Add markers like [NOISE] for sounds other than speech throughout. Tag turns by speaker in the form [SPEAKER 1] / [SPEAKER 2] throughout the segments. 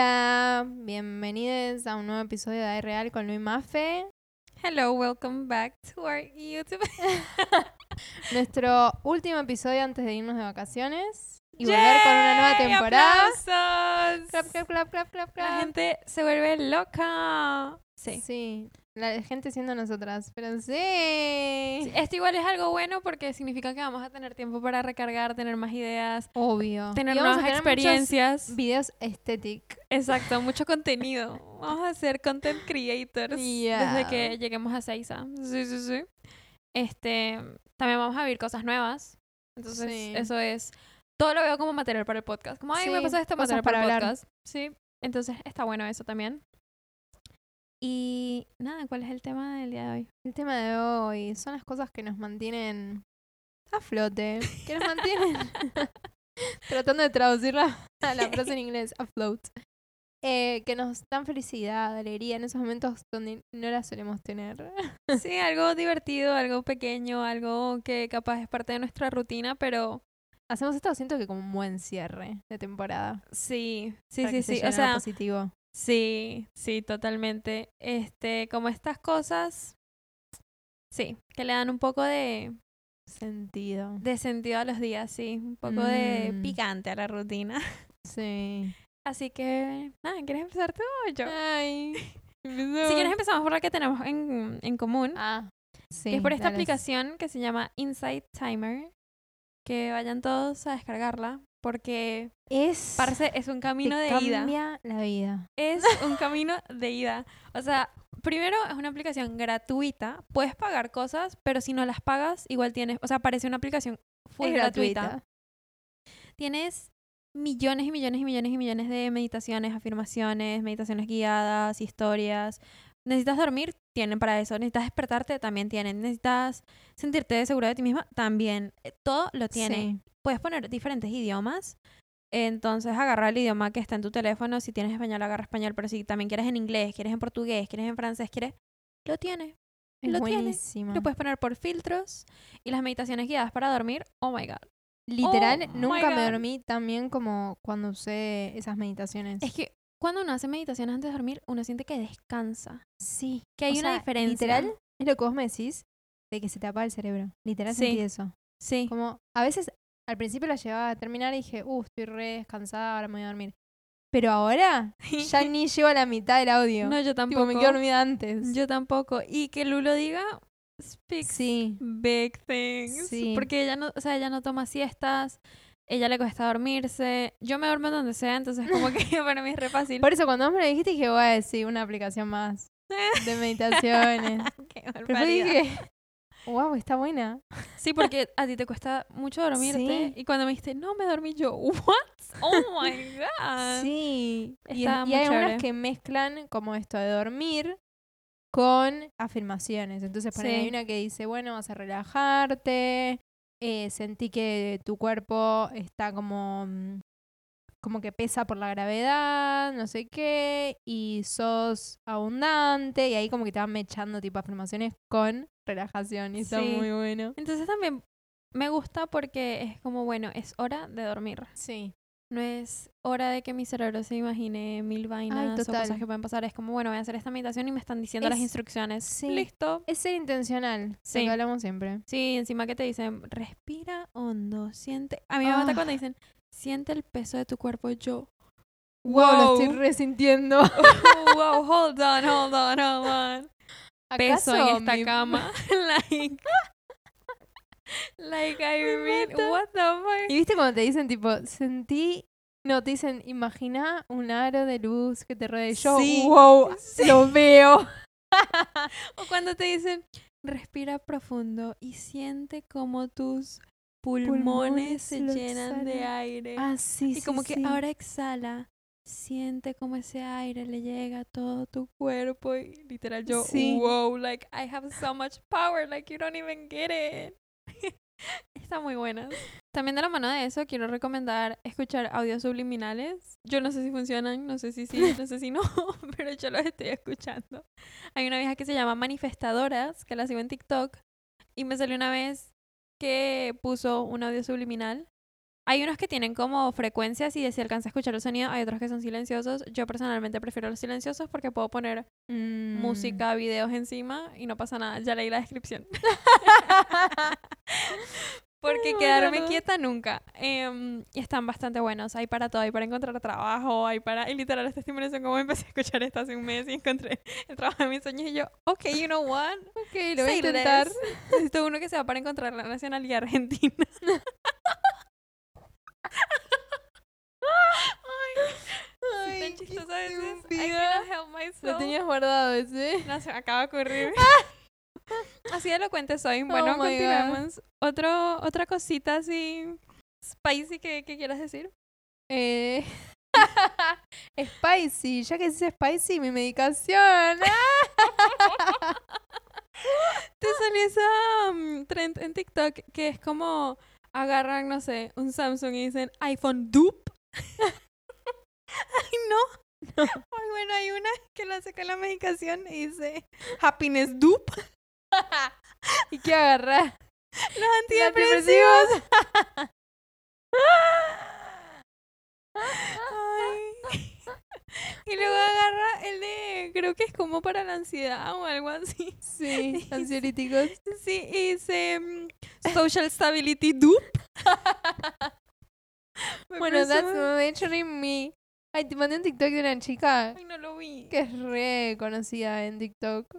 [SPEAKER 1] Hola, bienvenidos a un nuevo episodio de Ay Real con Luis Mafe,
[SPEAKER 2] Hello, welcome back to our YouTube.
[SPEAKER 1] nuestro último episodio antes de irnos de vacaciones y volver con una nueva
[SPEAKER 2] Yay,
[SPEAKER 1] temporada.
[SPEAKER 2] aplausos.
[SPEAKER 1] Clap, clap, clap, clap, clap,
[SPEAKER 2] La
[SPEAKER 1] clap.
[SPEAKER 2] gente se vuelve loca. Sí.
[SPEAKER 1] Sí, la gente siendo nosotras, pero sí.
[SPEAKER 2] Sí, Esto igual es algo bueno porque significa que vamos a tener tiempo para recargar, tener más ideas,
[SPEAKER 1] Obvio.
[SPEAKER 2] tener
[SPEAKER 1] Y vamos a
[SPEAKER 2] nuevas
[SPEAKER 1] tener muchos
[SPEAKER 2] experiencias.
[SPEAKER 1] Videos estéticos.
[SPEAKER 2] Exacto, mucho contenido. Vamos a ser content creators
[SPEAKER 1] Yeah.
[SPEAKER 2] desde que lleguemos a Seiza. Sí, sí, sí. Este, también vamos a vivir cosas nuevas. Entonces,
[SPEAKER 1] Sí.
[SPEAKER 2] eso es. Todo lo veo como material para el podcast. Como, ay, me
[SPEAKER 1] Sí,
[SPEAKER 2] pasó esto,
[SPEAKER 1] cosas
[SPEAKER 2] material
[SPEAKER 1] para
[SPEAKER 2] para, el
[SPEAKER 1] hablar.
[SPEAKER 2] podcast. Sí. Entonces, está bueno eso también. Y nada, ¿cuál es el tema del día de
[SPEAKER 1] [LAUGHS]
[SPEAKER 2] hoy?
[SPEAKER 1] El tema de hoy son las cosas que nos mantienen a flote, que nos mantienen tratando de traducirla [LAUGHS] a la frase en inglés, afloat, eh, que nos dan felicidad, alegría en esos momentos donde no la solemos tener. [LAUGHS]
[SPEAKER 2] Sí, algo divertido, algo pequeño, algo que capaz es parte de nuestra rutina, pero
[SPEAKER 1] Hacemos esto, siento que como un buen cierre de temporada.
[SPEAKER 2] sí, sí,
[SPEAKER 1] para que se
[SPEAKER 2] sí, sí.
[SPEAKER 1] llene
[SPEAKER 2] O
[SPEAKER 1] lo
[SPEAKER 2] sea,
[SPEAKER 1] positivo.
[SPEAKER 2] Sí, sí, totalmente. Este, como estas cosas, sí, que le dan un poco de,
[SPEAKER 1] Sentido.
[SPEAKER 2] de sentido a los días, sí, un poco de
[SPEAKER 1] Mm.
[SPEAKER 2] picante a la rutina. [LAUGHS]
[SPEAKER 1] Sí.
[SPEAKER 2] Así que, nada, ¿quieres empezar tú o yo?
[SPEAKER 1] Ah, Ay.
[SPEAKER 2] Si quieres empezamos por la que tenemos en, en común,
[SPEAKER 1] Ah. Sí.
[SPEAKER 2] que es por esta
[SPEAKER 1] dale.
[SPEAKER 2] aplicación que se llama Insight Timer, que vayan todos a descargarla, porque,
[SPEAKER 1] Es.
[SPEAKER 2] parce, es un
[SPEAKER 1] te
[SPEAKER 2] camino de ida.
[SPEAKER 1] cambia la vida.
[SPEAKER 2] es un camino de ida. O sea, primero es una aplicación gratuita. Puedes pagar cosas, pero si no las pagas, igual tienes. O sea, parece una aplicación full
[SPEAKER 1] Es
[SPEAKER 2] gratuita.
[SPEAKER 1] gratuita.
[SPEAKER 2] Tienes millones y millones y millones y millones de meditaciones, afirmaciones, meditaciones guiadas, historias. Necesitas dormir, tienen para eso. Necesitas despertarte, también tienen. Necesitas sentirte segura de ti misma, también. Eh, Todo lo tiene
[SPEAKER 1] Sí.
[SPEAKER 2] puedes poner diferentes idiomas. Entonces agarra el idioma que está en tu teléfono. Si tienes español, agarra español. Pero si también quieres en inglés, quieres en portugués, quieres en francés, quieres... Lo tiene.
[SPEAKER 1] Es
[SPEAKER 2] Lo tiene.
[SPEAKER 1] buenísima.
[SPEAKER 2] Lo puedes poner por filtros. Y las meditaciones guiadas para dormir. Oh my god.
[SPEAKER 1] Literal,
[SPEAKER 2] Oh my
[SPEAKER 1] nunca me
[SPEAKER 2] God.
[SPEAKER 1] dormí tan bien como cuando usé esas meditaciones.
[SPEAKER 2] Es que cuando uno hace meditaciones antes de dormir, uno siente que descansa.
[SPEAKER 1] sí.
[SPEAKER 2] Que hay
[SPEAKER 1] o
[SPEAKER 2] una
[SPEAKER 1] sea,
[SPEAKER 2] diferencia.
[SPEAKER 1] Literal, es lo que vos me decís, de que se te apaga el cerebro. Literal
[SPEAKER 2] Sí.
[SPEAKER 1] sentí eso.
[SPEAKER 2] Sí.
[SPEAKER 1] Como, a veces, al principio la llevaba a terminar y dije, uh, estoy re descansada, ahora me voy a dormir. Pero
[SPEAKER 2] [LAUGHS]
[SPEAKER 1] ahora, ya ni llego a la mitad del audio.
[SPEAKER 2] No, yo
[SPEAKER 1] Tipo,
[SPEAKER 2] tampoco.
[SPEAKER 1] me quedo dormida antes.
[SPEAKER 2] Yo tampoco. Y que Lulo diga... Speaks
[SPEAKER 1] sí.
[SPEAKER 2] big things.
[SPEAKER 1] Sí.
[SPEAKER 2] Porque ella no, o sea, ella no toma siestas, ella le cuesta dormirse. Yo me duermo donde sea, entonces como que [LAUGHS] para mí es re fácil.
[SPEAKER 1] Por eso, cuando vos me lo dijiste, dije, voy a decir una aplicación más
[SPEAKER 2] [LAUGHS]
[SPEAKER 1] de meditaciones.
[SPEAKER 2] Qué
[SPEAKER 1] Pero
[SPEAKER 2] barbaridad.
[SPEAKER 1] después dije, wow, está buena.
[SPEAKER 2] Sí, porque a ti te cuesta mucho dormirte.
[SPEAKER 1] Sí.
[SPEAKER 2] Y cuando me dijiste, no, me dormí yo, [LAUGHS] ¿what? Oh my God.
[SPEAKER 1] Sí. Ah, Y, es-
[SPEAKER 2] está
[SPEAKER 1] y
[SPEAKER 2] muy
[SPEAKER 1] hay algunas
[SPEAKER 2] chévere.
[SPEAKER 1] que mezclan como esto de dormir con afirmaciones. Entonces, por ahí
[SPEAKER 2] Sí.
[SPEAKER 1] hay una que dice, bueno, vas a relajarte, eh, sentí que tu cuerpo está como mm, como que pesa por la gravedad, no sé qué, y sos abundante, y ahí como que te van mechando tipo afirmaciones con relajación, y está
[SPEAKER 2] Sí.
[SPEAKER 1] muy bueno.
[SPEAKER 2] Entonces también me gusta porque es como, bueno, es hora de dormir.
[SPEAKER 1] Sí,
[SPEAKER 2] No es hora de que mi cerebro se imagine mil vainas o
[SPEAKER 1] total.
[SPEAKER 2] cosas que pueden pasar. Es como, bueno, voy a hacer esta meditación y me están diciendo las
[SPEAKER 1] Es-
[SPEAKER 2] instrucciones.
[SPEAKER 1] sí.
[SPEAKER 2] Listo,
[SPEAKER 1] es ser intencional, sí.
[SPEAKER 2] Sí.
[SPEAKER 1] que hablamos siempre.
[SPEAKER 2] Sí, encima que te dicen, respira hondo, siente. A mí me mata
[SPEAKER 1] Ah.
[SPEAKER 2] cuando dicen, siente el peso de tu cuerpo. Yo,
[SPEAKER 1] Wow, lo estoy [LAUGHS] resintiendo.
[SPEAKER 2] wow, hold on, hold on, hold
[SPEAKER 1] [LAUGHS]
[SPEAKER 2] on. Peso en esta
[SPEAKER 1] mi-
[SPEAKER 2] cama. [LAUGHS] like, like I mean,
[SPEAKER 1] mata.
[SPEAKER 2] what the
[SPEAKER 1] Y viste cuando te dicen tipo, sentí, no, te dicen, imagina un aro de luz que te rodee. Yo,
[SPEAKER 2] Sí,
[SPEAKER 1] wow,
[SPEAKER 2] [LAUGHS]
[SPEAKER 1] lo veo.
[SPEAKER 2] fuck. O cuando te dicen, respira profundo y siente como tus pulmones,
[SPEAKER 1] Pulmones
[SPEAKER 2] se
[SPEAKER 1] lo
[SPEAKER 2] llenan de
[SPEAKER 1] exhalan.
[SPEAKER 2] aire.
[SPEAKER 1] Así,
[SPEAKER 2] Y como que ahora exhala, siente como ese aire le llega a todo tu cuerpo y literal yo,
[SPEAKER 1] Sí.
[SPEAKER 2] wow, like I have so much power, like you don't even get it. [LAUGHS] Está muy buena. También de la mano de eso quiero recomendar escuchar audios subliminales. Yo no sé si funcionan, no sé si sí, no sé si no, [LAUGHS] pero yo los estoy escuchando. Hay una vieja que se llama Manifestadoras, que la sigo en TikTok, y me salió una vez que puso un audio subliminal Hay unos que tienen como frecuencias y si alcanza a escuchar el sonido, hay otros que son silenciosos. Yo personalmente prefiero los silenciosos porque puedo poner
[SPEAKER 1] Mm.
[SPEAKER 2] música, videos encima y no pasa nada. Ya leí
[SPEAKER 1] [LAUGHS]
[SPEAKER 2] la descripción. Porque
[SPEAKER 1] Ay,
[SPEAKER 2] quedarme
[SPEAKER 1] boludo.
[SPEAKER 2] quieta nunca. Em, y están bastante buenos. Hay para todo. Hay para encontrar trabajo. Hay para. Y literal, esta estimulación, como empecé a escuchar esto hace un mes y encontré el trabajo de mis sueños. Y yo, ok, you know what?
[SPEAKER 1] Ok, lo voy a
[SPEAKER 2] Say less.
[SPEAKER 1] intentar.
[SPEAKER 2] Necesito uno que sea para encontrar la nacionalidad argentina. Ay,
[SPEAKER 1] Ay,
[SPEAKER 2] Ay tan
[SPEAKER 1] qué
[SPEAKER 2] chistoso a veces. I
[SPEAKER 1] estúpida.
[SPEAKER 2] cannot help myself.
[SPEAKER 1] Lo tenías guardado ese.
[SPEAKER 2] No, se me acaba
[SPEAKER 1] [LAUGHS]
[SPEAKER 2] de ocurrir. así de elocuente soy. Bueno,
[SPEAKER 1] Oh my God.
[SPEAKER 2] continuemos. Otro, otra cosita así spicy que, que quieras decir.
[SPEAKER 1] Eh, [LAUGHS] spicy, ya que dice spicy, mi medicación. Ah,
[SPEAKER 2] Te salió esa mm, trend en TikTok que es como agarran, no sé, un Samsung y dicen iPhone dupe. [LAUGHS] Ay, no. [LAUGHS] Ay, bueno, hay una que lo hace con la medicación y dice happiness dupe. [LAUGHS]
[SPEAKER 1] ¿Y qué agarrás?
[SPEAKER 2] Los antidepresivos.
[SPEAKER 1] Antidepresivos.
[SPEAKER 2] [LAUGHS] Ay. [LAUGHS] Y luego agarra el de, creo que es como para la ansiedad o algo así. [LAUGHS]
[SPEAKER 1] Sí, ansiolíticos.
[SPEAKER 2] Sí, y dice mm, Social Stability Dupe. [LAUGHS] Me
[SPEAKER 1] Bueno, that's
[SPEAKER 2] parece-
[SPEAKER 1] literally me. Ay, te mandé un TikTok de una chica
[SPEAKER 2] Ay, no lo vi.
[SPEAKER 1] que es re conocida en TikTok.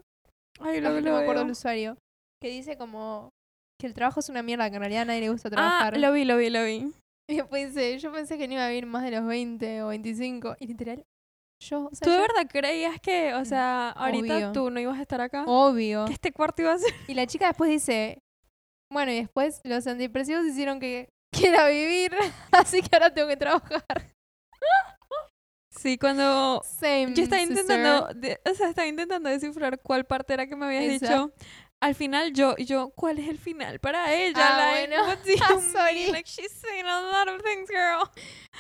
[SPEAKER 2] Ay,
[SPEAKER 1] Ay,
[SPEAKER 2] lo,
[SPEAKER 1] no
[SPEAKER 2] lo
[SPEAKER 1] me acuerdo el
[SPEAKER 2] veo.
[SPEAKER 1] usuario. Que dice como que el trabajo es una mierda, que en realidad a nadie le gusta
[SPEAKER 2] Ah,
[SPEAKER 1] trabajar.
[SPEAKER 2] lo vi, lo vi, lo vi.
[SPEAKER 1] Y después dice, [LAUGHS] yo pensé que no iba a vivir más de los 20 o 25. Y literal, yo, o sea,
[SPEAKER 2] ¿Tú de
[SPEAKER 1] yo- [LAUGHS]
[SPEAKER 2] verdad creías que, o sea, ahorita
[SPEAKER 1] Obvio.
[SPEAKER 2] tú no ibas a estar acá?
[SPEAKER 1] obvio.
[SPEAKER 2] Que este cuarto iba a ser... [LAUGHS]
[SPEAKER 1] Y la chica después dice, bueno, y después los antidepresivos hicieron que [LAUGHS] quiera vivir, [LAUGHS] así que ahora tengo que trabajar.
[SPEAKER 2] Sí, cuando
[SPEAKER 1] Same,
[SPEAKER 2] Yo estaba
[SPEAKER 1] sister.
[SPEAKER 2] intentando, de- o sea, estaba intentando descifrar cuál parte era que me habías
[SPEAKER 1] Esa.
[SPEAKER 2] dicho. Al final yo, y yo, ¿cuál es el final para ella?
[SPEAKER 1] Ah,
[SPEAKER 2] Like,
[SPEAKER 1] bueno.
[SPEAKER 2] what do you
[SPEAKER 1] [LAUGHS] Ah,
[SPEAKER 2] mean?
[SPEAKER 1] sorry.
[SPEAKER 2] Like, she's saying a lot of things, girl.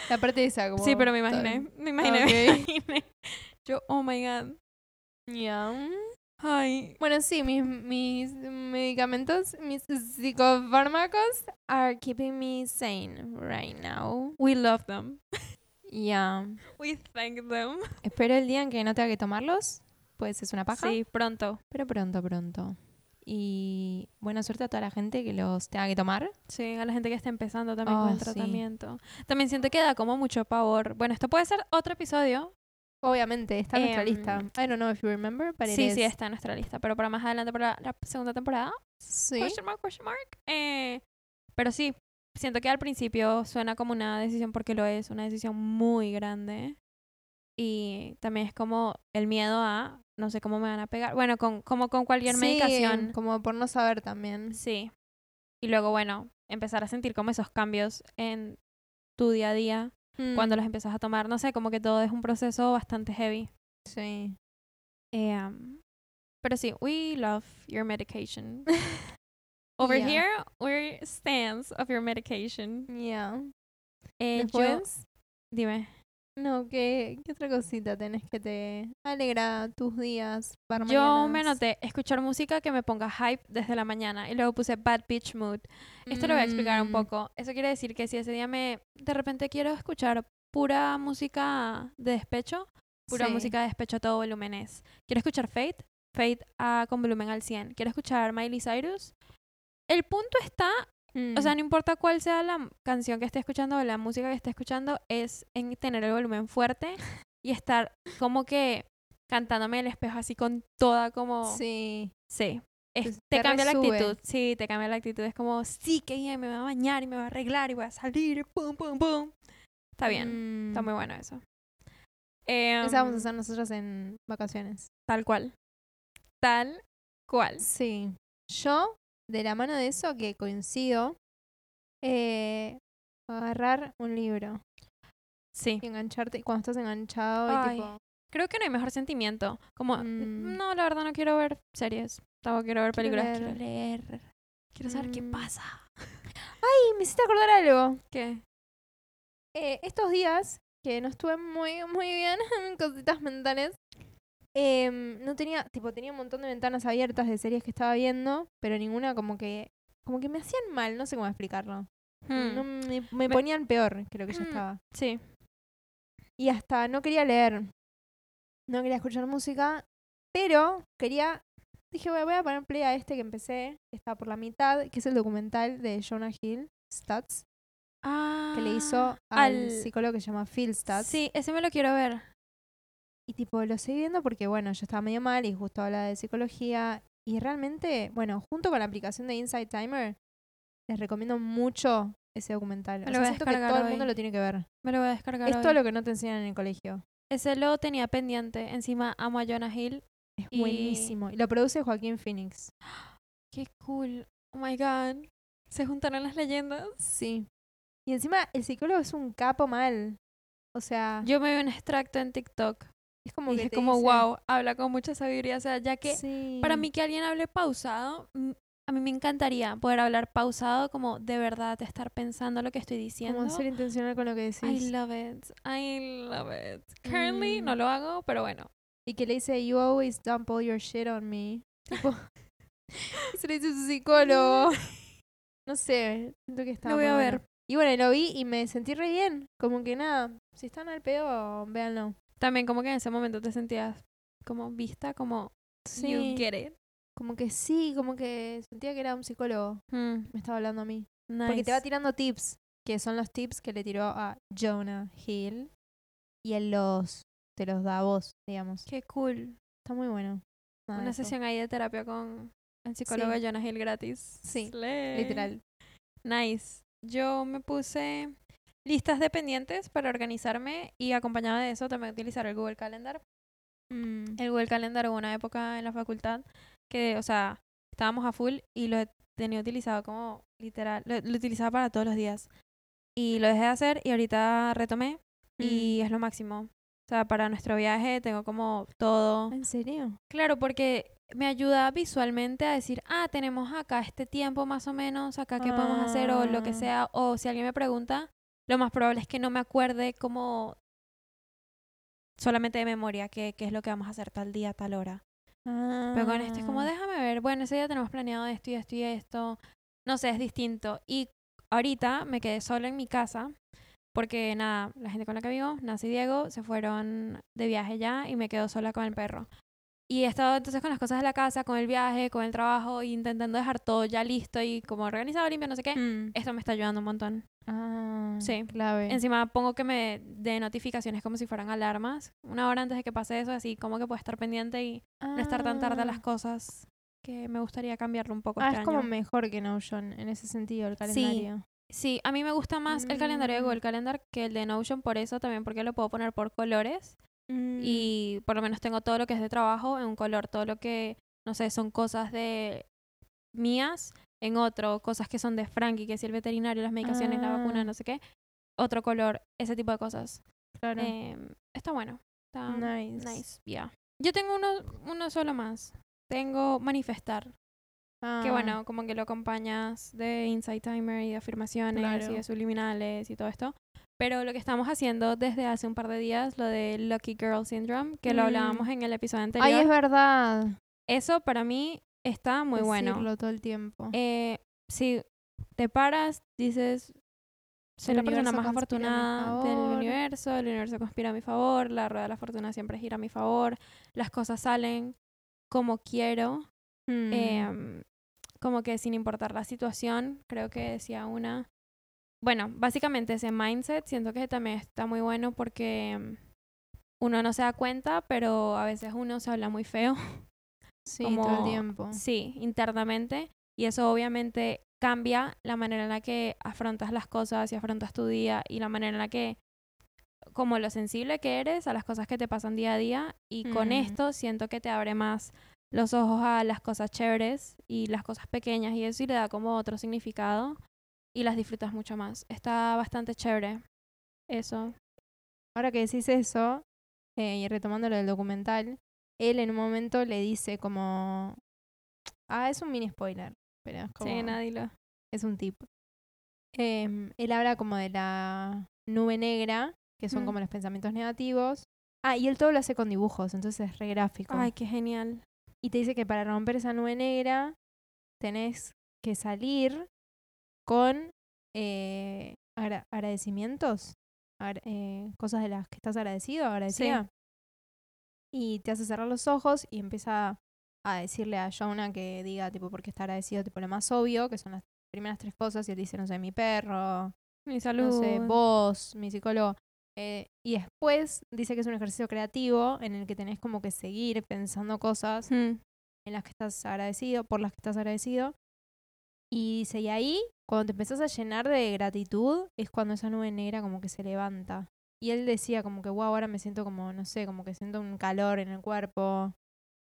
[SPEAKER 1] La parte de esa, como...
[SPEAKER 2] Sí, pero me imaginé, me imaginé,
[SPEAKER 1] Ok.
[SPEAKER 2] me imaginé. Yo, oh my god.
[SPEAKER 1] Ya.
[SPEAKER 2] Ay,
[SPEAKER 1] Bueno, sí, mis, mis medicamentos, mis psicofármacos are keeping me sane right now.
[SPEAKER 2] we love them.
[SPEAKER 1] Ya.
[SPEAKER 2] We thank them.
[SPEAKER 1] Espero el día en que no tenga que tomarlos, pues es una paja.
[SPEAKER 2] Sí, pronto.
[SPEAKER 1] Pero pronto, pronto. Y buena suerte a toda la gente que los tenga que tomar.
[SPEAKER 2] Sí, a la gente que está empezando también con
[SPEAKER 1] Oh,
[SPEAKER 2] el
[SPEAKER 1] sí.
[SPEAKER 2] tratamiento. También siento que da como mucho pavor. Bueno, esto puede ser otro episodio,
[SPEAKER 1] Obviamente, está en nuestra
[SPEAKER 2] Em,
[SPEAKER 1] lista. I don't know if you remember, but it
[SPEAKER 2] Sí, sí,
[SPEAKER 1] is-
[SPEAKER 2] está en nuestra lista, pero para más adelante, para la segunda temporada.
[SPEAKER 1] Sí.
[SPEAKER 2] Question mark, question mark. Eh, pero sí, siento que al principio suena como una decisión porque lo es, una decisión muy grande. Y también es como el miedo a, no sé cómo me van a pegar. Bueno, con, como con cualquier
[SPEAKER 1] Sí,
[SPEAKER 2] medicación.
[SPEAKER 1] Como por no saber también.
[SPEAKER 2] Sí. Y luego, bueno, empezar a sentir como esos cambios en tu día a día
[SPEAKER 1] Mm,
[SPEAKER 2] cuando los empiezas a tomar. No sé, como que todo es un proceso bastante heavy.
[SPEAKER 1] Sí.
[SPEAKER 2] Eh, um, pero sí, we love
[SPEAKER 1] [LAUGHS]
[SPEAKER 2] your medication. Over
[SPEAKER 1] Yeah.
[SPEAKER 2] here, we're stands of your medication.
[SPEAKER 1] Yeah.
[SPEAKER 2] Eh, yo-
[SPEAKER 1] Después,
[SPEAKER 2] dime.
[SPEAKER 1] no, ¿qué, ¿qué otra cosita tenés que te alegra tus días? para
[SPEAKER 2] Yo me
[SPEAKER 1] mañanas?
[SPEAKER 2] noté escuchar música que me ponga hype desde la mañana y luego puse bad bitch mood. Esto lo voy a explicar un
[SPEAKER 1] Mm,
[SPEAKER 2] poco. Eso quiere decir que si ese día me de repente quiero escuchar pura música de despecho, pura
[SPEAKER 1] sí.
[SPEAKER 2] música de despecho a todo volumen es. Quiero escuchar Fate, Fate ah, con volumen al 100. Quiero escuchar Miley Cyrus. El punto está O sea,
[SPEAKER 1] Mm,
[SPEAKER 2] no importa cuál sea la m- canción que esté escuchando o la música que esté escuchando, es en tener el volumen fuerte y estar como que cantándome en el espejo así con toda como... Sí.
[SPEAKER 1] Sí.
[SPEAKER 2] Es-
[SPEAKER 1] Pues
[SPEAKER 2] te
[SPEAKER 1] te
[SPEAKER 2] cambia la
[SPEAKER 1] resube.
[SPEAKER 2] actitud. Sí, te cambia la actitud. Es como, sí, que bien, me voy a bañar y me voy a arreglar y voy a salir y pum, pum, pum. Está bien. Está
[SPEAKER 1] Mm,
[SPEAKER 2] muy bueno eso. Eh,
[SPEAKER 1] Esa vamos a hacer nosotros en vacaciones.
[SPEAKER 2] Tal cual. Tal cual.
[SPEAKER 1] Sí. Yo, de la mano de eso que coincido, eh, agarrar un libro
[SPEAKER 2] Sí.
[SPEAKER 1] y engancharte. Cuando estás enganchado y
[SPEAKER 2] Ay,
[SPEAKER 1] tipo.
[SPEAKER 2] Creo que no hay mejor sentimiento. Como,
[SPEAKER 1] Mm.
[SPEAKER 2] no, la verdad no quiero ver series. Tampoco quiero ver
[SPEAKER 1] Quiero
[SPEAKER 2] películas.
[SPEAKER 1] leer.
[SPEAKER 2] Quiero leer. Quiero saber qué
[SPEAKER 1] Mm.
[SPEAKER 2] pasa.
[SPEAKER 1] Ay, me hiciste acordar algo.
[SPEAKER 2] ¿Qué?
[SPEAKER 1] eh, estos días que no estuve muy, muy bien [LAUGHS] en cositas mentales, em, no tenía, tipo, tenía un montón de ventanas abiertas de series que estaba viendo, pero ninguna como que, como que me hacían mal, no sé cómo explicarlo.
[SPEAKER 2] Hmm.
[SPEAKER 1] No, me, me
[SPEAKER 2] Me-
[SPEAKER 1] ponían peor que lo que yo
[SPEAKER 2] Hmm.
[SPEAKER 1] estaba.
[SPEAKER 2] Sí.
[SPEAKER 1] Y hasta no quería leer. No quería escuchar música. Pero quería. Dije, voy a, voy a poner play a este que empecé, que está por la mitad, que es el documental de Jonah Hill, Stats,
[SPEAKER 2] Ah.
[SPEAKER 1] que le hizo al, psicólogo que se llama Phil Stats.
[SPEAKER 2] Sí, ese me lo quiero ver.
[SPEAKER 1] Y tipo, lo seguí viendo porque, bueno, yo estaba medio mal y justo habla de psicología. Y realmente, bueno, junto con la aplicación de Inside Timer, les recomiendo mucho ese documental.
[SPEAKER 2] Me
[SPEAKER 1] O
[SPEAKER 2] lo
[SPEAKER 1] sea,
[SPEAKER 2] voy a
[SPEAKER 1] siento que
[SPEAKER 2] descargar
[SPEAKER 1] todo el
[SPEAKER 2] hoy.
[SPEAKER 1] mundo lo tiene que ver.
[SPEAKER 2] Me lo voy a descargar.
[SPEAKER 1] Es todo
[SPEAKER 2] hoy.
[SPEAKER 1] lo que no te enseñan en el colegio.
[SPEAKER 2] Ese lo tenía pendiente. Encima amo a Jonah Hill.
[SPEAKER 1] Es
[SPEAKER 2] Y-
[SPEAKER 1] buenísimo. Y lo produce Joaquín Phoenix.
[SPEAKER 2] Qué cool. Oh my god. Se juntaron las leyendas.
[SPEAKER 1] Sí. Y encima, el psicólogo es un capo mal. O sea,
[SPEAKER 2] Yo me vi un extracto en TikTok.
[SPEAKER 1] Ah. es como
[SPEAKER 2] y
[SPEAKER 1] que.
[SPEAKER 2] dije
[SPEAKER 1] te
[SPEAKER 2] como
[SPEAKER 1] dice-
[SPEAKER 2] wow, habla con mucha sabiduría. O sea, ya que
[SPEAKER 1] Sí.
[SPEAKER 2] para mí que alguien hable pausado, mm, a mí me encantaría poder hablar pausado como de verdad estar pensando lo que estoy diciendo.
[SPEAKER 1] Como ser intencional con lo que decís.
[SPEAKER 2] I love it. I love it. Currently
[SPEAKER 1] Mm.
[SPEAKER 2] no lo hago, pero bueno.
[SPEAKER 1] Y que le dice, You always dump all your shit on
[SPEAKER 2] [LAUGHS]
[SPEAKER 1] me. Tipo, [LAUGHS] y se le dice a su
[SPEAKER 2] [LAUGHS]
[SPEAKER 1] psicólogo. No sé, siento que está.
[SPEAKER 2] Lo voy
[SPEAKER 1] muy
[SPEAKER 2] a
[SPEAKER 1] bueno.
[SPEAKER 2] ver.
[SPEAKER 1] Y bueno, lo vi y me sentí re bien. Como que nada, si están al pedo, véanlo.
[SPEAKER 2] También como que en ese momento te sentías como vista, como you
[SPEAKER 1] Sí,
[SPEAKER 2] get it.
[SPEAKER 1] como que sí, como que sentía que era un psicólogo.
[SPEAKER 2] Mm,
[SPEAKER 1] Me estaba hablando a mí. Porque te
[SPEAKER 2] nice.
[SPEAKER 1] va tirando tips, que son los tips que le tiró a Jonah Hill. Y él los, te los da a vos, digamos.
[SPEAKER 2] Qué cool.
[SPEAKER 1] Está muy bueno. Nada,
[SPEAKER 2] Una
[SPEAKER 1] eso.
[SPEAKER 2] sesión ahí de terapia con el psicólogo
[SPEAKER 1] Sí.
[SPEAKER 2] Jonah Hill gratis.
[SPEAKER 1] Sí,
[SPEAKER 2] Slay.
[SPEAKER 1] Literal.
[SPEAKER 2] Nice. Yo me puse listas de pendientes para organizarme y acompañada de eso también utilizar el Google Calendar.
[SPEAKER 1] Mm.
[SPEAKER 2] El Google Calendar hubo una época en la facultad que, o sea, estábamos a full y lo tenía utilizado como literal, lo, lo utilizaba para todos los días. Y lo dejé de hacer y ahorita retomé y es lo máximo. O sea, para nuestro viaje tengo como todo.
[SPEAKER 1] Mm. ¿En serio?
[SPEAKER 2] Claro, porque me ayuda visualmente a decir, ah, tenemos acá este tiempo más o menos, acá qué podemos hacer o lo que
[SPEAKER 1] Ah.
[SPEAKER 2] sea. O si alguien me pregunta, lo más probable es que no me acuerde como solamente de memoria qué, qué es lo que vamos a hacer tal día, tal hora. Pero con este es como,
[SPEAKER 1] Ah.
[SPEAKER 2] déjame ver, bueno, ese día tenemos planeado esto y esto y esto. No sé, es distinto. Y ahorita me quedé sola en mi casa porque nada, la gente con la que vivo, Nancy y Diego, se fueron de viaje ya y me quedo sola con el perro. Y he estado entonces con las cosas de la casa, con el viaje, con el trabajo, e intentando dejar todo ya listo y como organizado, limpio, no sé
[SPEAKER 1] Mm.
[SPEAKER 2] qué. Esto me está ayudando un montón.
[SPEAKER 1] Ah,
[SPEAKER 2] Mm. Sí.
[SPEAKER 1] clave.
[SPEAKER 2] Encima pongo que me dé notificaciones como si fueran alarmas. Una hora antes de que pase eso, así como que puedo estar pendiente y no estar tan tarde a las
[SPEAKER 1] Ah.
[SPEAKER 2] cosas que me gustaría cambiarlo un poco
[SPEAKER 1] Ah,
[SPEAKER 2] este
[SPEAKER 1] es como
[SPEAKER 2] año.
[SPEAKER 1] mejor que Notion en ese sentido, el calendario.
[SPEAKER 2] Sí, a mí me gusta más el calendario de
[SPEAKER 1] Mm.
[SPEAKER 2] Google Calendar que el de Notion por eso también porque lo puedo poner por colores Mm,
[SPEAKER 1] Mm.
[SPEAKER 2] y por lo menos tengo todo lo que es de trabajo en un color, todo lo que no sé, son cosas de mías en otro, cosas que son de Frankie, que si el veterinario, las medicaciones, la vacuna,
[SPEAKER 1] Ah.
[SPEAKER 2] no sé qué, otro color, ese tipo de cosas.
[SPEAKER 1] claro.
[SPEAKER 2] Em, está bueno. Está
[SPEAKER 1] eh, ah, Nice.
[SPEAKER 2] nice, yeah. Yo tengo uno, uno solo más. Tengo manifestar. Que
[SPEAKER 1] Ah,
[SPEAKER 2] bueno, como que lo acompañas de Insight Timer y de afirmaciones y
[SPEAKER 1] Claro.
[SPEAKER 2] de subliminales y todo esto. Pero lo que estamos haciendo desde hace un par de días, lo de Lucky Girl Syndrome, que lo
[SPEAKER 1] Mm.
[SPEAKER 2] hablábamos en el
[SPEAKER 1] Ay,
[SPEAKER 2] episodio anterior,
[SPEAKER 1] es verdad.
[SPEAKER 2] eso para mí está muy bueno.
[SPEAKER 1] Decirlo todo el tiempo.
[SPEAKER 2] Eh, si te paras, dices, soy
[SPEAKER 1] El
[SPEAKER 2] la persona
[SPEAKER 1] universo conspira a
[SPEAKER 2] más
[SPEAKER 1] mi
[SPEAKER 2] afortunada del
[SPEAKER 1] favor.
[SPEAKER 2] universo, el universo conspira a mi favor, la rueda de la fortuna siempre gira a mi favor, las cosas salen como quiero
[SPEAKER 1] Mm.
[SPEAKER 2] em, como que sin importar la situación, creo que decía una. Bueno, básicamente ese mindset siento que también está muy bueno porque em, uno no se da cuenta, pero a veces uno se habla muy feo,
[SPEAKER 1] sí, todo
[SPEAKER 2] como-
[SPEAKER 1] el tiempo.
[SPEAKER 2] sí, internamente, y eso obviamente cambia la manera en la que afrontas las cosas y afrontas tu día y la manera en la que como lo sensible que eres a las cosas que te pasan día a día y con
[SPEAKER 1] Mm.
[SPEAKER 2] esto siento que te abre más los ojos a las cosas chéveres y las cosas pequeñas y eso y le da como otro significado y las disfrutas mucho más. Está bastante chévere eso.
[SPEAKER 1] Ahora que decís eso, eh, y retomando lo del documental, él en un momento le dice como... Ah, es un mini spoiler. Pero es como...
[SPEAKER 2] Sí, nadie lo...
[SPEAKER 1] es un tip. Em, él habla como de la nube negra, que son
[SPEAKER 2] Mm.
[SPEAKER 1] como los pensamientos negativos. Ah, y él todo lo hace con dibujos, entonces es re gráfico.
[SPEAKER 2] Ay, qué genial.
[SPEAKER 1] Y te dice que para romper esa nube negra tenés que salir con eh, agra- agradecimientos, agra- eh, cosas de las que estás agradecido, agradecida. Y te hace cerrar los ojos y empieza a decirle a Jonah que diga, tipo, por qué está agradecido, tipo, lo más obvio, que son las primeras tres cosas. Y él dice, no sé, mi perro,
[SPEAKER 2] Mi salud.
[SPEAKER 1] no sé, vos, mi psicólogo. Eh, y después dice que es un ejercicio creativo en el que tenés como que seguir pensando cosas
[SPEAKER 2] Hmm.
[SPEAKER 1] en las que estás agradecido, por las que estás agradecido. Y dice, y ahí, cuando te empezás a llenar de gratitud, es cuando esa nube negra como que se levanta. Y él decía como que, wow, ahora me siento como, no sé, como que siento un calor en el cuerpo.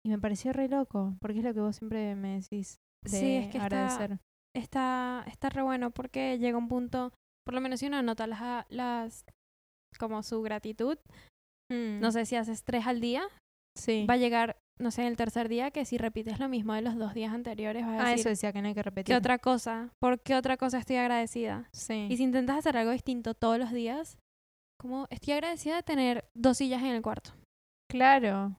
[SPEAKER 1] Y me pareció re loco, porque es lo que vos siempre me decís. De
[SPEAKER 2] Sí, es que está-
[SPEAKER 1] agradecer.
[SPEAKER 2] está, está re bueno porque llega un punto, por lo menos si uno nota las, las como su gratitud, no sé si haces tres al día,
[SPEAKER 1] Mm. Sí.
[SPEAKER 2] va a llegar, no sé, en el tercer día que si repites lo mismo de los dos días anteriores, vas a
[SPEAKER 1] Ah,
[SPEAKER 2] decir,
[SPEAKER 1] eso decía que no hay que repetir.
[SPEAKER 2] ¿qué otra cosa? ¿Por qué otra cosa estoy agradecida?
[SPEAKER 1] Sí.
[SPEAKER 2] Y si intentas hacer algo distinto todos los días, como estoy agradecida de tener dos sillas en el cuarto.
[SPEAKER 1] claro.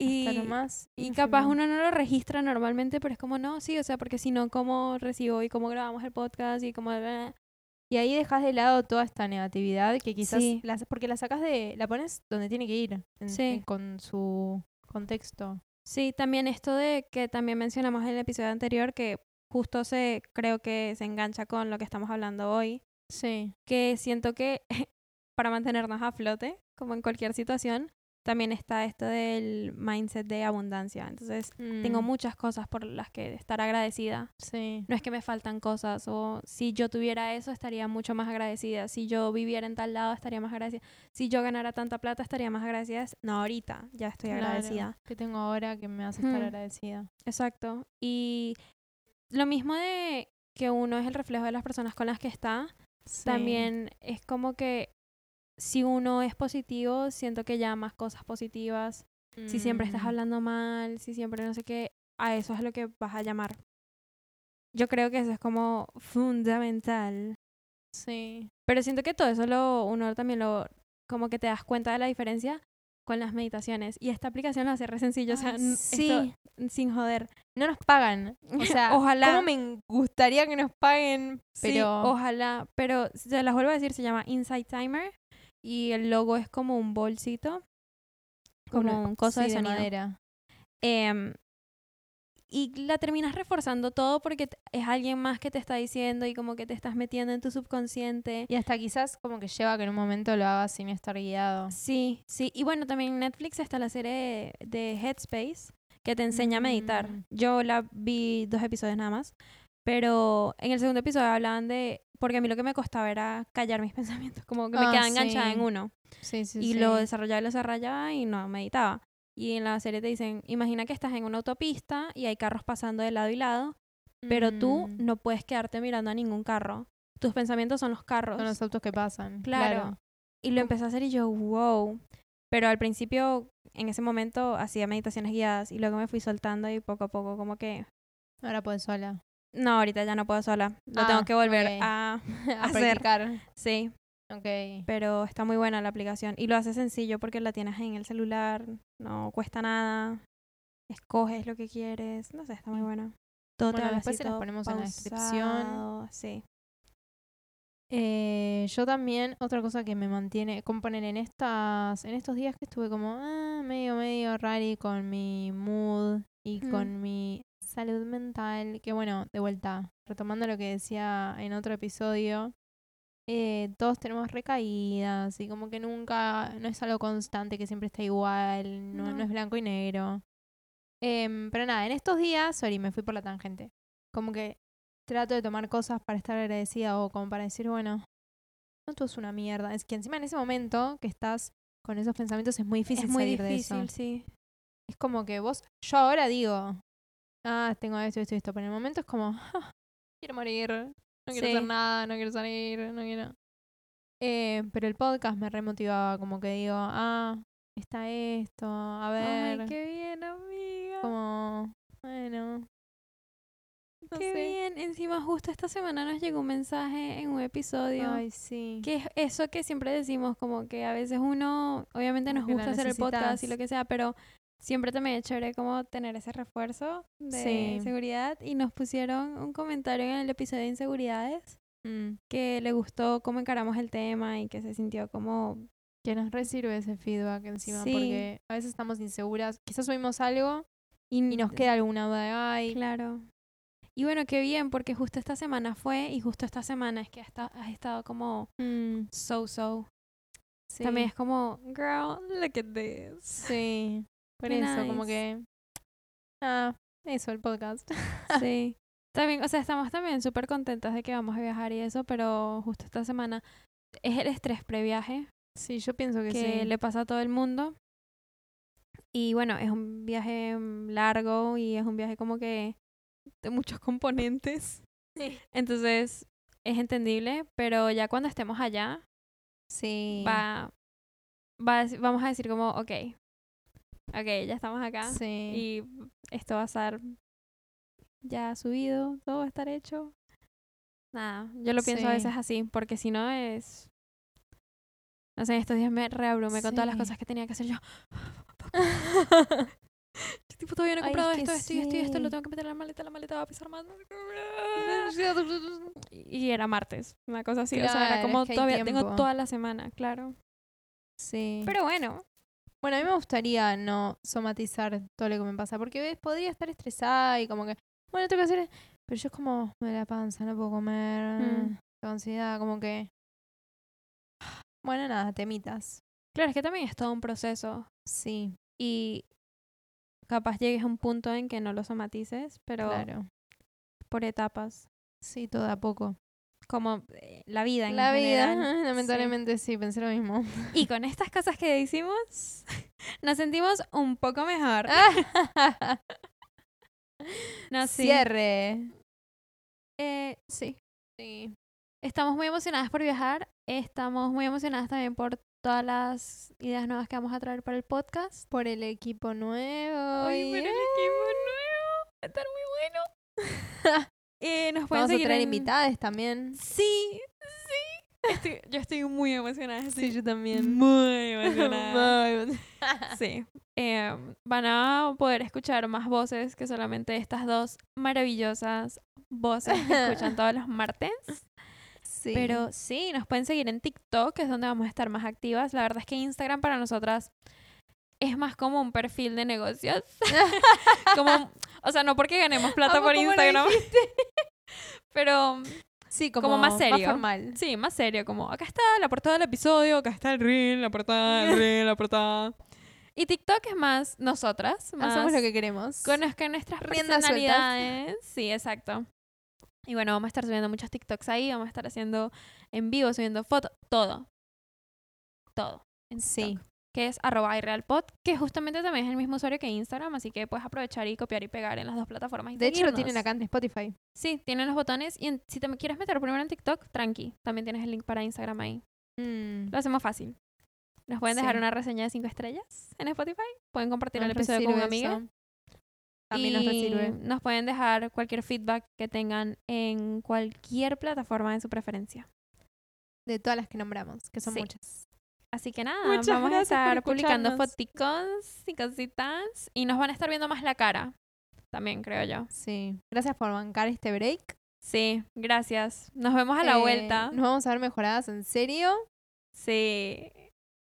[SPEAKER 2] Y,
[SPEAKER 1] Hasta lo más
[SPEAKER 2] y
[SPEAKER 1] ínfimo.
[SPEAKER 2] capaz uno no lo registra normalmente, pero es como no, sí, o sea, porque si no, ¿cómo recibo y cómo grabamos el podcast y cómo...
[SPEAKER 1] Y ahí dejas de lado toda esta negatividad que quizás
[SPEAKER 2] Sí.
[SPEAKER 1] las- porque la sacas de la pones donde tiene que ir en-
[SPEAKER 2] Sí.
[SPEAKER 1] en- con su contexto.
[SPEAKER 2] Sí, también esto de que también mencionamos en el episodio anterior que justo se creo que se engancha con lo que estamos hablando hoy,
[SPEAKER 1] Sí.
[SPEAKER 2] que siento que [LAUGHS] para mantenernos a flote, como en cualquier situación, también está esto del mindset de abundancia. Entonces,
[SPEAKER 1] Mm.
[SPEAKER 2] tengo muchas cosas por las que estar agradecida.
[SPEAKER 1] Sí.
[SPEAKER 2] No es que me faltan cosas o si yo tuviera eso estaría mucho más agradecida, si yo viviera en tal lado estaría más agradecida, si yo ganara tanta plata estaría más agradecida. No, ahorita ya estoy
[SPEAKER 1] Claro.
[SPEAKER 2] agradecida.
[SPEAKER 1] ¿Qué tengo ahora que me hace estar
[SPEAKER 2] Hmm.
[SPEAKER 1] agradecida?
[SPEAKER 2] Exacto. Y lo mismo de que uno es el reflejo de las personas con las que está, también es como que si uno es positivo, siento que llamas cosas positivas. Si siempre estás
[SPEAKER 1] Mm,
[SPEAKER 2] hablando mal, si siempre no sé qué, a eso es lo que vas a llamar. Yo creo que eso es como fundamental.
[SPEAKER 1] Sí.
[SPEAKER 2] Pero siento que todo eso lo, uno también lo, como que te das cuenta de la diferencia con las meditaciones. Y esta aplicación lo hace re sencillo, o sea,
[SPEAKER 1] Ay,
[SPEAKER 2] n- esto
[SPEAKER 1] sí.
[SPEAKER 2] sin joder.
[SPEAKER 1] No nos pagan.
[SPEAKER 2] [LAUGHS]
[SPEAKER 1] O sea,
[SPEAKER 2] Ojalá.
[SPEAKER 1] ¿Cómo me gustaría que nos paguen?
[SPEAKER 2] Sí,
[SPEAKER 1] Pero
[SPEAKER 2] ojalá, pero se las vuelvo a decir, se llama Inside Timer y el logo es como un bolsito, como
[SPEAKER 1] una-
[SPEAKER 2] un coso
[SPEAKER 1] sí,
[SPEAKER 2] de sonido.
[SPEAKER 1] madera.
[SPEAKER 2] Em, y la terminas reforzando todo porque t- es alguien más que te está diciendo y como que te estás metiendo en tu subconsciente.
[SPEAKER 1] Y hasta quizás como que lleva que en un momento lo hagas sin estar guiado.
[SPEAKER 2] Sí, sí. Y bueno, también en Netflix está la serie de, de Headspace que te enseña a meditar.
[SPEAKER 1] Mm.
[SPEAKER 2] Yo la vi dos episodios nada más, pero en el segundo episodio hablaban de, porque a mí lo que me costaba era callar mis [LAUGHS] pensamientos, como que me
[SPEAKER 1] Ah,
[SPEAKER 2] quedaba enganchada en
[SPEAKER 1] sí.
[SPEAKER 2] uno.
[SPEAKER 1] Sí, sí,
[SPEAKER 2] y
[SPEAKER 1] sí.
[SPEAKER 2] lo desarrollaba y lo desarrollaba y no meditaba. Y en la serie te dicen, imagina que estás en una autopista y hay carros pasando de lado y lado, pero tú
[SPEAKER 1] Mm.
[SPEAKER 2] no puedes quedarte mirando a ningún carro. Tus pensamientos son los carros.
[SPEAKER 1] Son los autos que pasan.
[SPEAKER 2] Claro.
[SPEAKER 1] claro.
[SPEAKER 2] Y lo empecé a hacer y yo, wow. Pero al principio, en ese momento, hacía meditaciones guiadas y luego me fui soltando y poco a poco como que,
[SPEAKER 1] Ahora puedes sola. [LAUGHS]
[SPEAKER 2] no, ahorita ya no puedo sola. Lo
[SPEAKER 1] Ah,
[SPEAKER 2] tengo que volver
[SPEAKER 1] ok.
[SPEAKER 2] a...
[SPEAKER 1] a
[SPEAKER 2] hacer.
[SPEAKER 1] practicar.
[SPEAKER 2] Sí,
[SPEAKER 1] Ok.
[SPEAKER 2] pero está muy buena la aplicación y lo hace sencillo porque la tienes en el celular, no cuesta nada, escoges lo que quieres, no sé, está muy buena. Todo te
[SPEAKER 1] Mm. Bueno,
[SPEAKER 2] habla
[SPEAKER 1] después
[SPEAKER 2] así,
[SPEAKER 1] se las
[SPEAKER 2] todo
[SPEAKER 1] ponemos en la descripción.
[SPEAKER 2] pausado, Sí.
[SPEAKER 1] Eh, yo también, otra cosa que me mantiene, como poner en estas, en estos días que estuve como ah, medio, medio rari con mi mood y
[SPEAKER 2] Mm.
[SPEAKER 1] con mi salud mental, que bueno, de vuelta, retomando lo que decía en otro episodio, eh, todos tenemos recaídas y como que nunca, no es algo constante que siempre está igual, no, no
[SPEAKER 2] No.
[SPEAKER 1] es blanco y negro. Em, pero nada, en estos días, sorry, me fui por la tangente. Como que trato de tomar cosas para estar agradecida o como para decir, bueno, no todo es una mierda. Es que encima en ese momento que estás con esos pensamientos es muy difícil
[SPEAKER 2] Es muy
[SPEAKER 1] salir de
[SPEAKER 2] difícil,
[SPEAKER 1] eso.
[SPEAKER 2] sí.
[SPEAKER 1] Es como que vos, yo ahora digo, ah, tengo esto, esto, esto, pero en el momento es como, "Ah, quiero morir, no quiero
[SPEAKER 2] Sí.
[SPEAKER 1] hacer nada, no quiero salir, no quiero... Eh, pero el podcast me remotivaba, como que digo, ah, está esto, a
[SPEAKER 2] Ay,
[SPEAKER 1] ver,
[SPEAKER 2] qué bien, amiga.
[SPEAKER 1] como, bueno, no
[SPEAKER 2] Qué
[SPEAKER 1] sé.
[SPEAKER 2] bien. Encima, justo esta semana nos llegó un mensaje en un episodio.
[SPEAKER 1] Ay, sí.
[SPEAKER 2] Que es eso que siempre decimos, como que a veces uno, obviamente
[SPEAKER 1] Como
[SPEAKER 2] nos
[SPEAKER 1] que la
[SPEAKER 2] gusta hacer el podcast y
[SPEAKER 1] necesitas.
[SPEAKER 2] lo que sea, pero siempre también es chévere como tener ese refuerzo de
[SPEAKER 1] Sí.
[SPEAKER 2] seguridad. Y nos pusieron un comentario en el episodio de inseguridades
[SPEAKER 1] Mm.
[SPEAKER 2] que le gustó cómo encaramos el tema y que se sintió como
[SPEAKER 1] Que nos resirve ese feedback encima,
[SPEAKER 2] Sí.
[SPEAKER 1] porque a veces estamos inseguras. Quizás subimos algo y nos
[SPEAKER 2] in-
[SPEAKER 1] queda alguna duda de, ay,
[SPEAKER 2] Claro. Y bueno, qué bien, porque justo esta semana fue y justo esta semana es que has esta- has estado como
[SPEAKER 1] mm,
[SPEAKER 2] so-so.
[SPEAKER 1] sí,
[SPEAKER 2] También es como, girl, look at this.
[SPEAKER 1] [LAUGHS]
[SPEAKER 2] [LAUGHS]
[SPEAKER 1] Sí, por
[SPEAKER 2] Qué
[SPEAKER 1] eso, como
[SPEAKER 2] nice.
[SPEAKER 1] que. Ah, eso, el podcast. [LAUGHS]
[SPEAKER 2] Sí. También, o sea, estamos también súper contentas de que vamos a viajar y eso, pero justo esta semana es el estrés previaje
[SPEAKER 1] Sí, yo pienso que,
[SPEAKER 2] que
[SPEAKER 1] sí.
[SPEAKER 2] le pasa a todo el mundo. Y bueno, es un viaje mm, largo y es un viaje como que de muchos componentes. Entonces, es entendible, pero ya cuando estemos allá,
[SPEAKER 1] Sí.
[SPEAKER 2] va, va a dec- vamos a decir como, ok, ok, ya estamos acá
[SPEAKER 1] [LAUGHS] Sí.
[SPEAKER 2] y [LAUGHS] esto va a estar ya subido, todo va a estar hecho. Nada, yo lo pienso a veces
[SPEAKER 1] Sí.
[SPEAKER 2] así, porque si no es... No sé, en estos días me reabrumé con todas las
[SPEAKER 1] Sí.
[SPEAKER 2] cosas que tenía que hacer yo. Yo, Tipo, todavía no he
[SPEAKER 1] Ay, es
[SPEAKER 2] comprado
[SPEAKER 1] que
[SPEAKER 2] esto, esto y esto y esto,
[SPEAKER 1] sí.
[SPEAKER 2] lo tengo que meter en la maleta, la maleta va a pesar más. [LAUGHS] Y era martes, una cosa así, o sea,
[SPEAKER 1] Claro,
[SPEAKER 2] era como
[SPEAKER 1] es que hay
[SPEAKER 2] todavía tengo
[SPEAKER 1] tiempo.
[SPEAKER 2] toda la semana, claro.
[SPEAKER 1] sí.
[SPEAKER 2] Pero bueno,
[SPEAKER 1] Bueno, a mí me gustaría no somatizar todo lo que me pasa, porque ves, podría estar estresada y como que, bueno, tengo que hacer. Pero yo es como, me da la panza, no puedo comer,
[SPEAKER 2] Mm.
[SPEAKER 1] tengo ansiedad, como que. Bueno, nada, temitas.
[SPEAKER 2] claro, es que también es todo un proceso
[SPEAKER 1] Sí,
[SPEAKER 2] y capaz llegues a un punto en que no lo somatices, pero
[SPEAKER 1] claro.
[SPEAKER 2] por etapas,
[SPEAKER 1] Sí, todo a poco.
[SPEAKER 2] como eh, la vida en
[SPEAKER 1] La vida, [LAUGHS]
[SPEAKER 2] general.
[SPEAKER 1] lamentablemente sí, pensé lo mismo.
[SPEAKER 2] Y con estas cosas que hicimos, [LAUGHS] nos sentimos un poco [LAUGHS] mejor. No, Ah, sí.
[SPEAKER 1] Cierre.
[SPEAKER 2] Eh, sí.
[SPEAKER 1] Sí.
[SPEAKER 2] Estamos muy emocionadas por viajar. Estamos muy emocionadas también por todas las ideas nuevas que vamos a traer para el podcast.
[SPEAKER 1] Por el equipo nuevo. y-
[SPEAKER 2] nuevo va a estar muy bueno. [LAUGHS] eh, nos pueden
[SPEAKER 1] Vamos a
[SPEAKER 2] seguir
[SPEAKER 1] traer
[SPEAKER 2] en-
[SPEAKER 1] invitadas también.
[SPEAKER 2] Sí, sí. Estoy- yo estoy muy emocionada. estoy
[SPEAKER 1] yo [LAUGHS] también.
[SPEAKER 2] [LAUGHS] muy emocionada. Sí. Eh, van a poder escuchar más voces que solamente estas dos maravillosas voces que
[SPEAKER 1] [LAUGHS]
[SPEAKER 2] escuchan todos los martes.
[SPEAKER 1] sí.
[SPEAKER 2] Pero sí, nos pueden seguir en TikTok, que es donde vamos a estar más activas. La verdad es que Instagram para nosotras es más como un perfil de negocios. [LAUGHS] como, o sea, no porque ganemos plata
[SPEAKER 1] Amo
[SPEAKER 2] por
[SPEAKER 1] cómo lo
[SPEAKER 2] Instagram. [LAUGHS] Pero
[SPEAKER 1] sí, como,
[SPEAKER 2] como más serio.
[SPEAKER 1] formal.
[SPEAKER 2] sí, más serio, como acá está la portada del episodio, acá está el reel, la portada, el reel,
[SPEAKER 1] [LAUGHS]
[SPEAKER 2] la portada. Y TikTok es más nosotras, más
[SPEAKER 1] Hacemos lo que queremos.
[SPEAKER 2] Conozcan nuestras
[SPEAKER 1] Riendas sueltas.
[SPEAKER 2] personalidades. Sí, exacto. Y bueno, vamos a estar subiendo muchos TikToks ahí, vamos a estar haciendo en vivo, subiendo fotos, todo. Todo. En
[SPEAKER 1] Sí.
[SPEAKER 2] TikTok, Que es arroba irrealpod, que justamente también es el mismo usuario que Instagram, así que puedes aprovechar y copiar y pegar en las dos plataformas. y
[SPEAKER 1] De hecho, lo
[SPEAKER 2] seguirnos.
[SPEAKER 1] tienen acá en Spotify.
[SPEAKER 2] Sí, tienen los botones. Y en- si te quieres meter primero en TikTok, tranqui. También tienes el link para Instagram ahí.
[SPEAKER 1] Mm.
[SPEAKER 2] Lo hacemos fácil. Nos pueden dejar
[SPEAKER 1] Sí.
[SPEAKER 2] una reseña de 5 estrellas en Spotify. Pueden compartir el
[SPEAKER 1] Nos
[SPEAKER 2] episodio con
[SPEAKER 1] resirve
[SPEAKER 2] una amiga.
[SPEAKER 1] eso. También nos
[SPEAKER 2] Y
[SPEAKER 1] sirve.
[SPEAKER 2] Nos pueden dejar cualquier feedback que tengan en cualquier plataforma de su preferencia.
[SPEAKER 1] De todas las que nombramos, que son
[SPEAKER 2] Sí.
[SPEAKER 1] muchas.
[SPEAKER 2] Así que nada,
[SPEAKER 1] Muchas
[SPEAKER 2] vamos a
[SPEAKER 1] gracias por
[SPEAKER 2] estar publicando
[SPEAKER 1] escucharnos.
[SPEAKER 2] foticons y cositas y nos van a estar viendo más la cara. También creo yo.
[SPEAKER 1] Sí. Gracias por bancar este break.
[SPEAKER 2] Sí, gracias. Nos vemos a la
[SPEAKER 1] Eh,
[SPEAKER 2] vuelta.
[SPEAKER 1] Nos vamos a ver mejoradas, en serio.
[SPEAKER 2] Sí.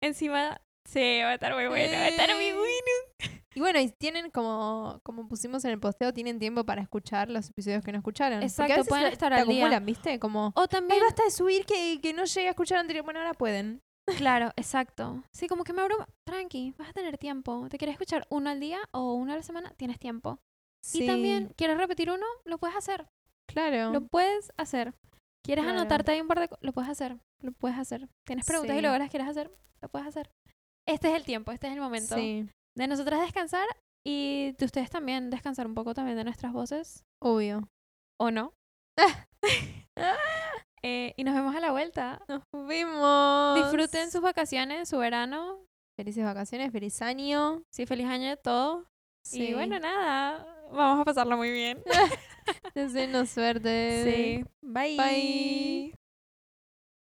[SPEAKER 2] Encima, sí, va a estar muy bueno. Va a estar muy
[SPEAKER 1] Sí.
[SPEAKER 2] bueno.
[SPEAKER 1] Eh. [LAUGHS] Y bueno, y tienen como, como pusimos en el posteo, tienen tiempo para escuchar los episodios que no escucharon.
[SPEAKER 2] Exacto, pueden estar
[SPEAKER 1] te
[SPEAKER 2] al día.
[SPEAKER 1] acumulan, ¿viste? Como,
[SPEAKER 2] O
[SPEAKER 1] ay,
[SPEAKER 2] [LAUGHS] también,
[SPEAKER 1] basta de subir que, que no llegué a escuchar anterior. Bueno, ahora pueden.
[SPEAKER 2] claro, exacto. Sí, como que me abro, tranqui, vas a tener tiempo. ¿Te quieres escuchar uno al día o uno a la semana? Tienes tiempo. Y también, ¿quieres repetir uno? Lo puedes hacer.
[SPEAKER 1] claro.
[SPEAKER 2] Lo puedes hacer. ¿Quieres
[SPEAKER 1] Claro.
[SPEAKER 2] anotarte ahí un par de co- Lo puedes hacer. Lo puedes hacer. Tienes preguntas y
[SPEAKER 1] Sí.
[SPEAKER 2] luego las quieres hacer. Lo puedes hacer. Este es el tiempo, este es el momento
[SPEAKER 1] sí,
[SPEAKER 2] de nosotras descansar y de ustedes también descansar un poco también de nuestras voces.
[SPEAKER 1] obvio.
[SPEAKER 2] ¿O no? [LAUGHS] Eh, y nos vemos a la vuelta.
[SPEAKER 1] Nos vemos.
[SPEAKER 2] Disfruten sus vacaciones, su verano.
[SPEAKER 1] felices vacaciones, feliz año.
[SPEAKER 2] Sí, feliz año de todo.
[SPEAKER 1] Sí.
[SPEAKER 2] Y bueno, nada. Vamos a pasarla muy bien.
[SPEAKER 1] Deseenos suerte.
[SPEAKER 2] Sí. Bye.
[SPEAKER 1] Bye.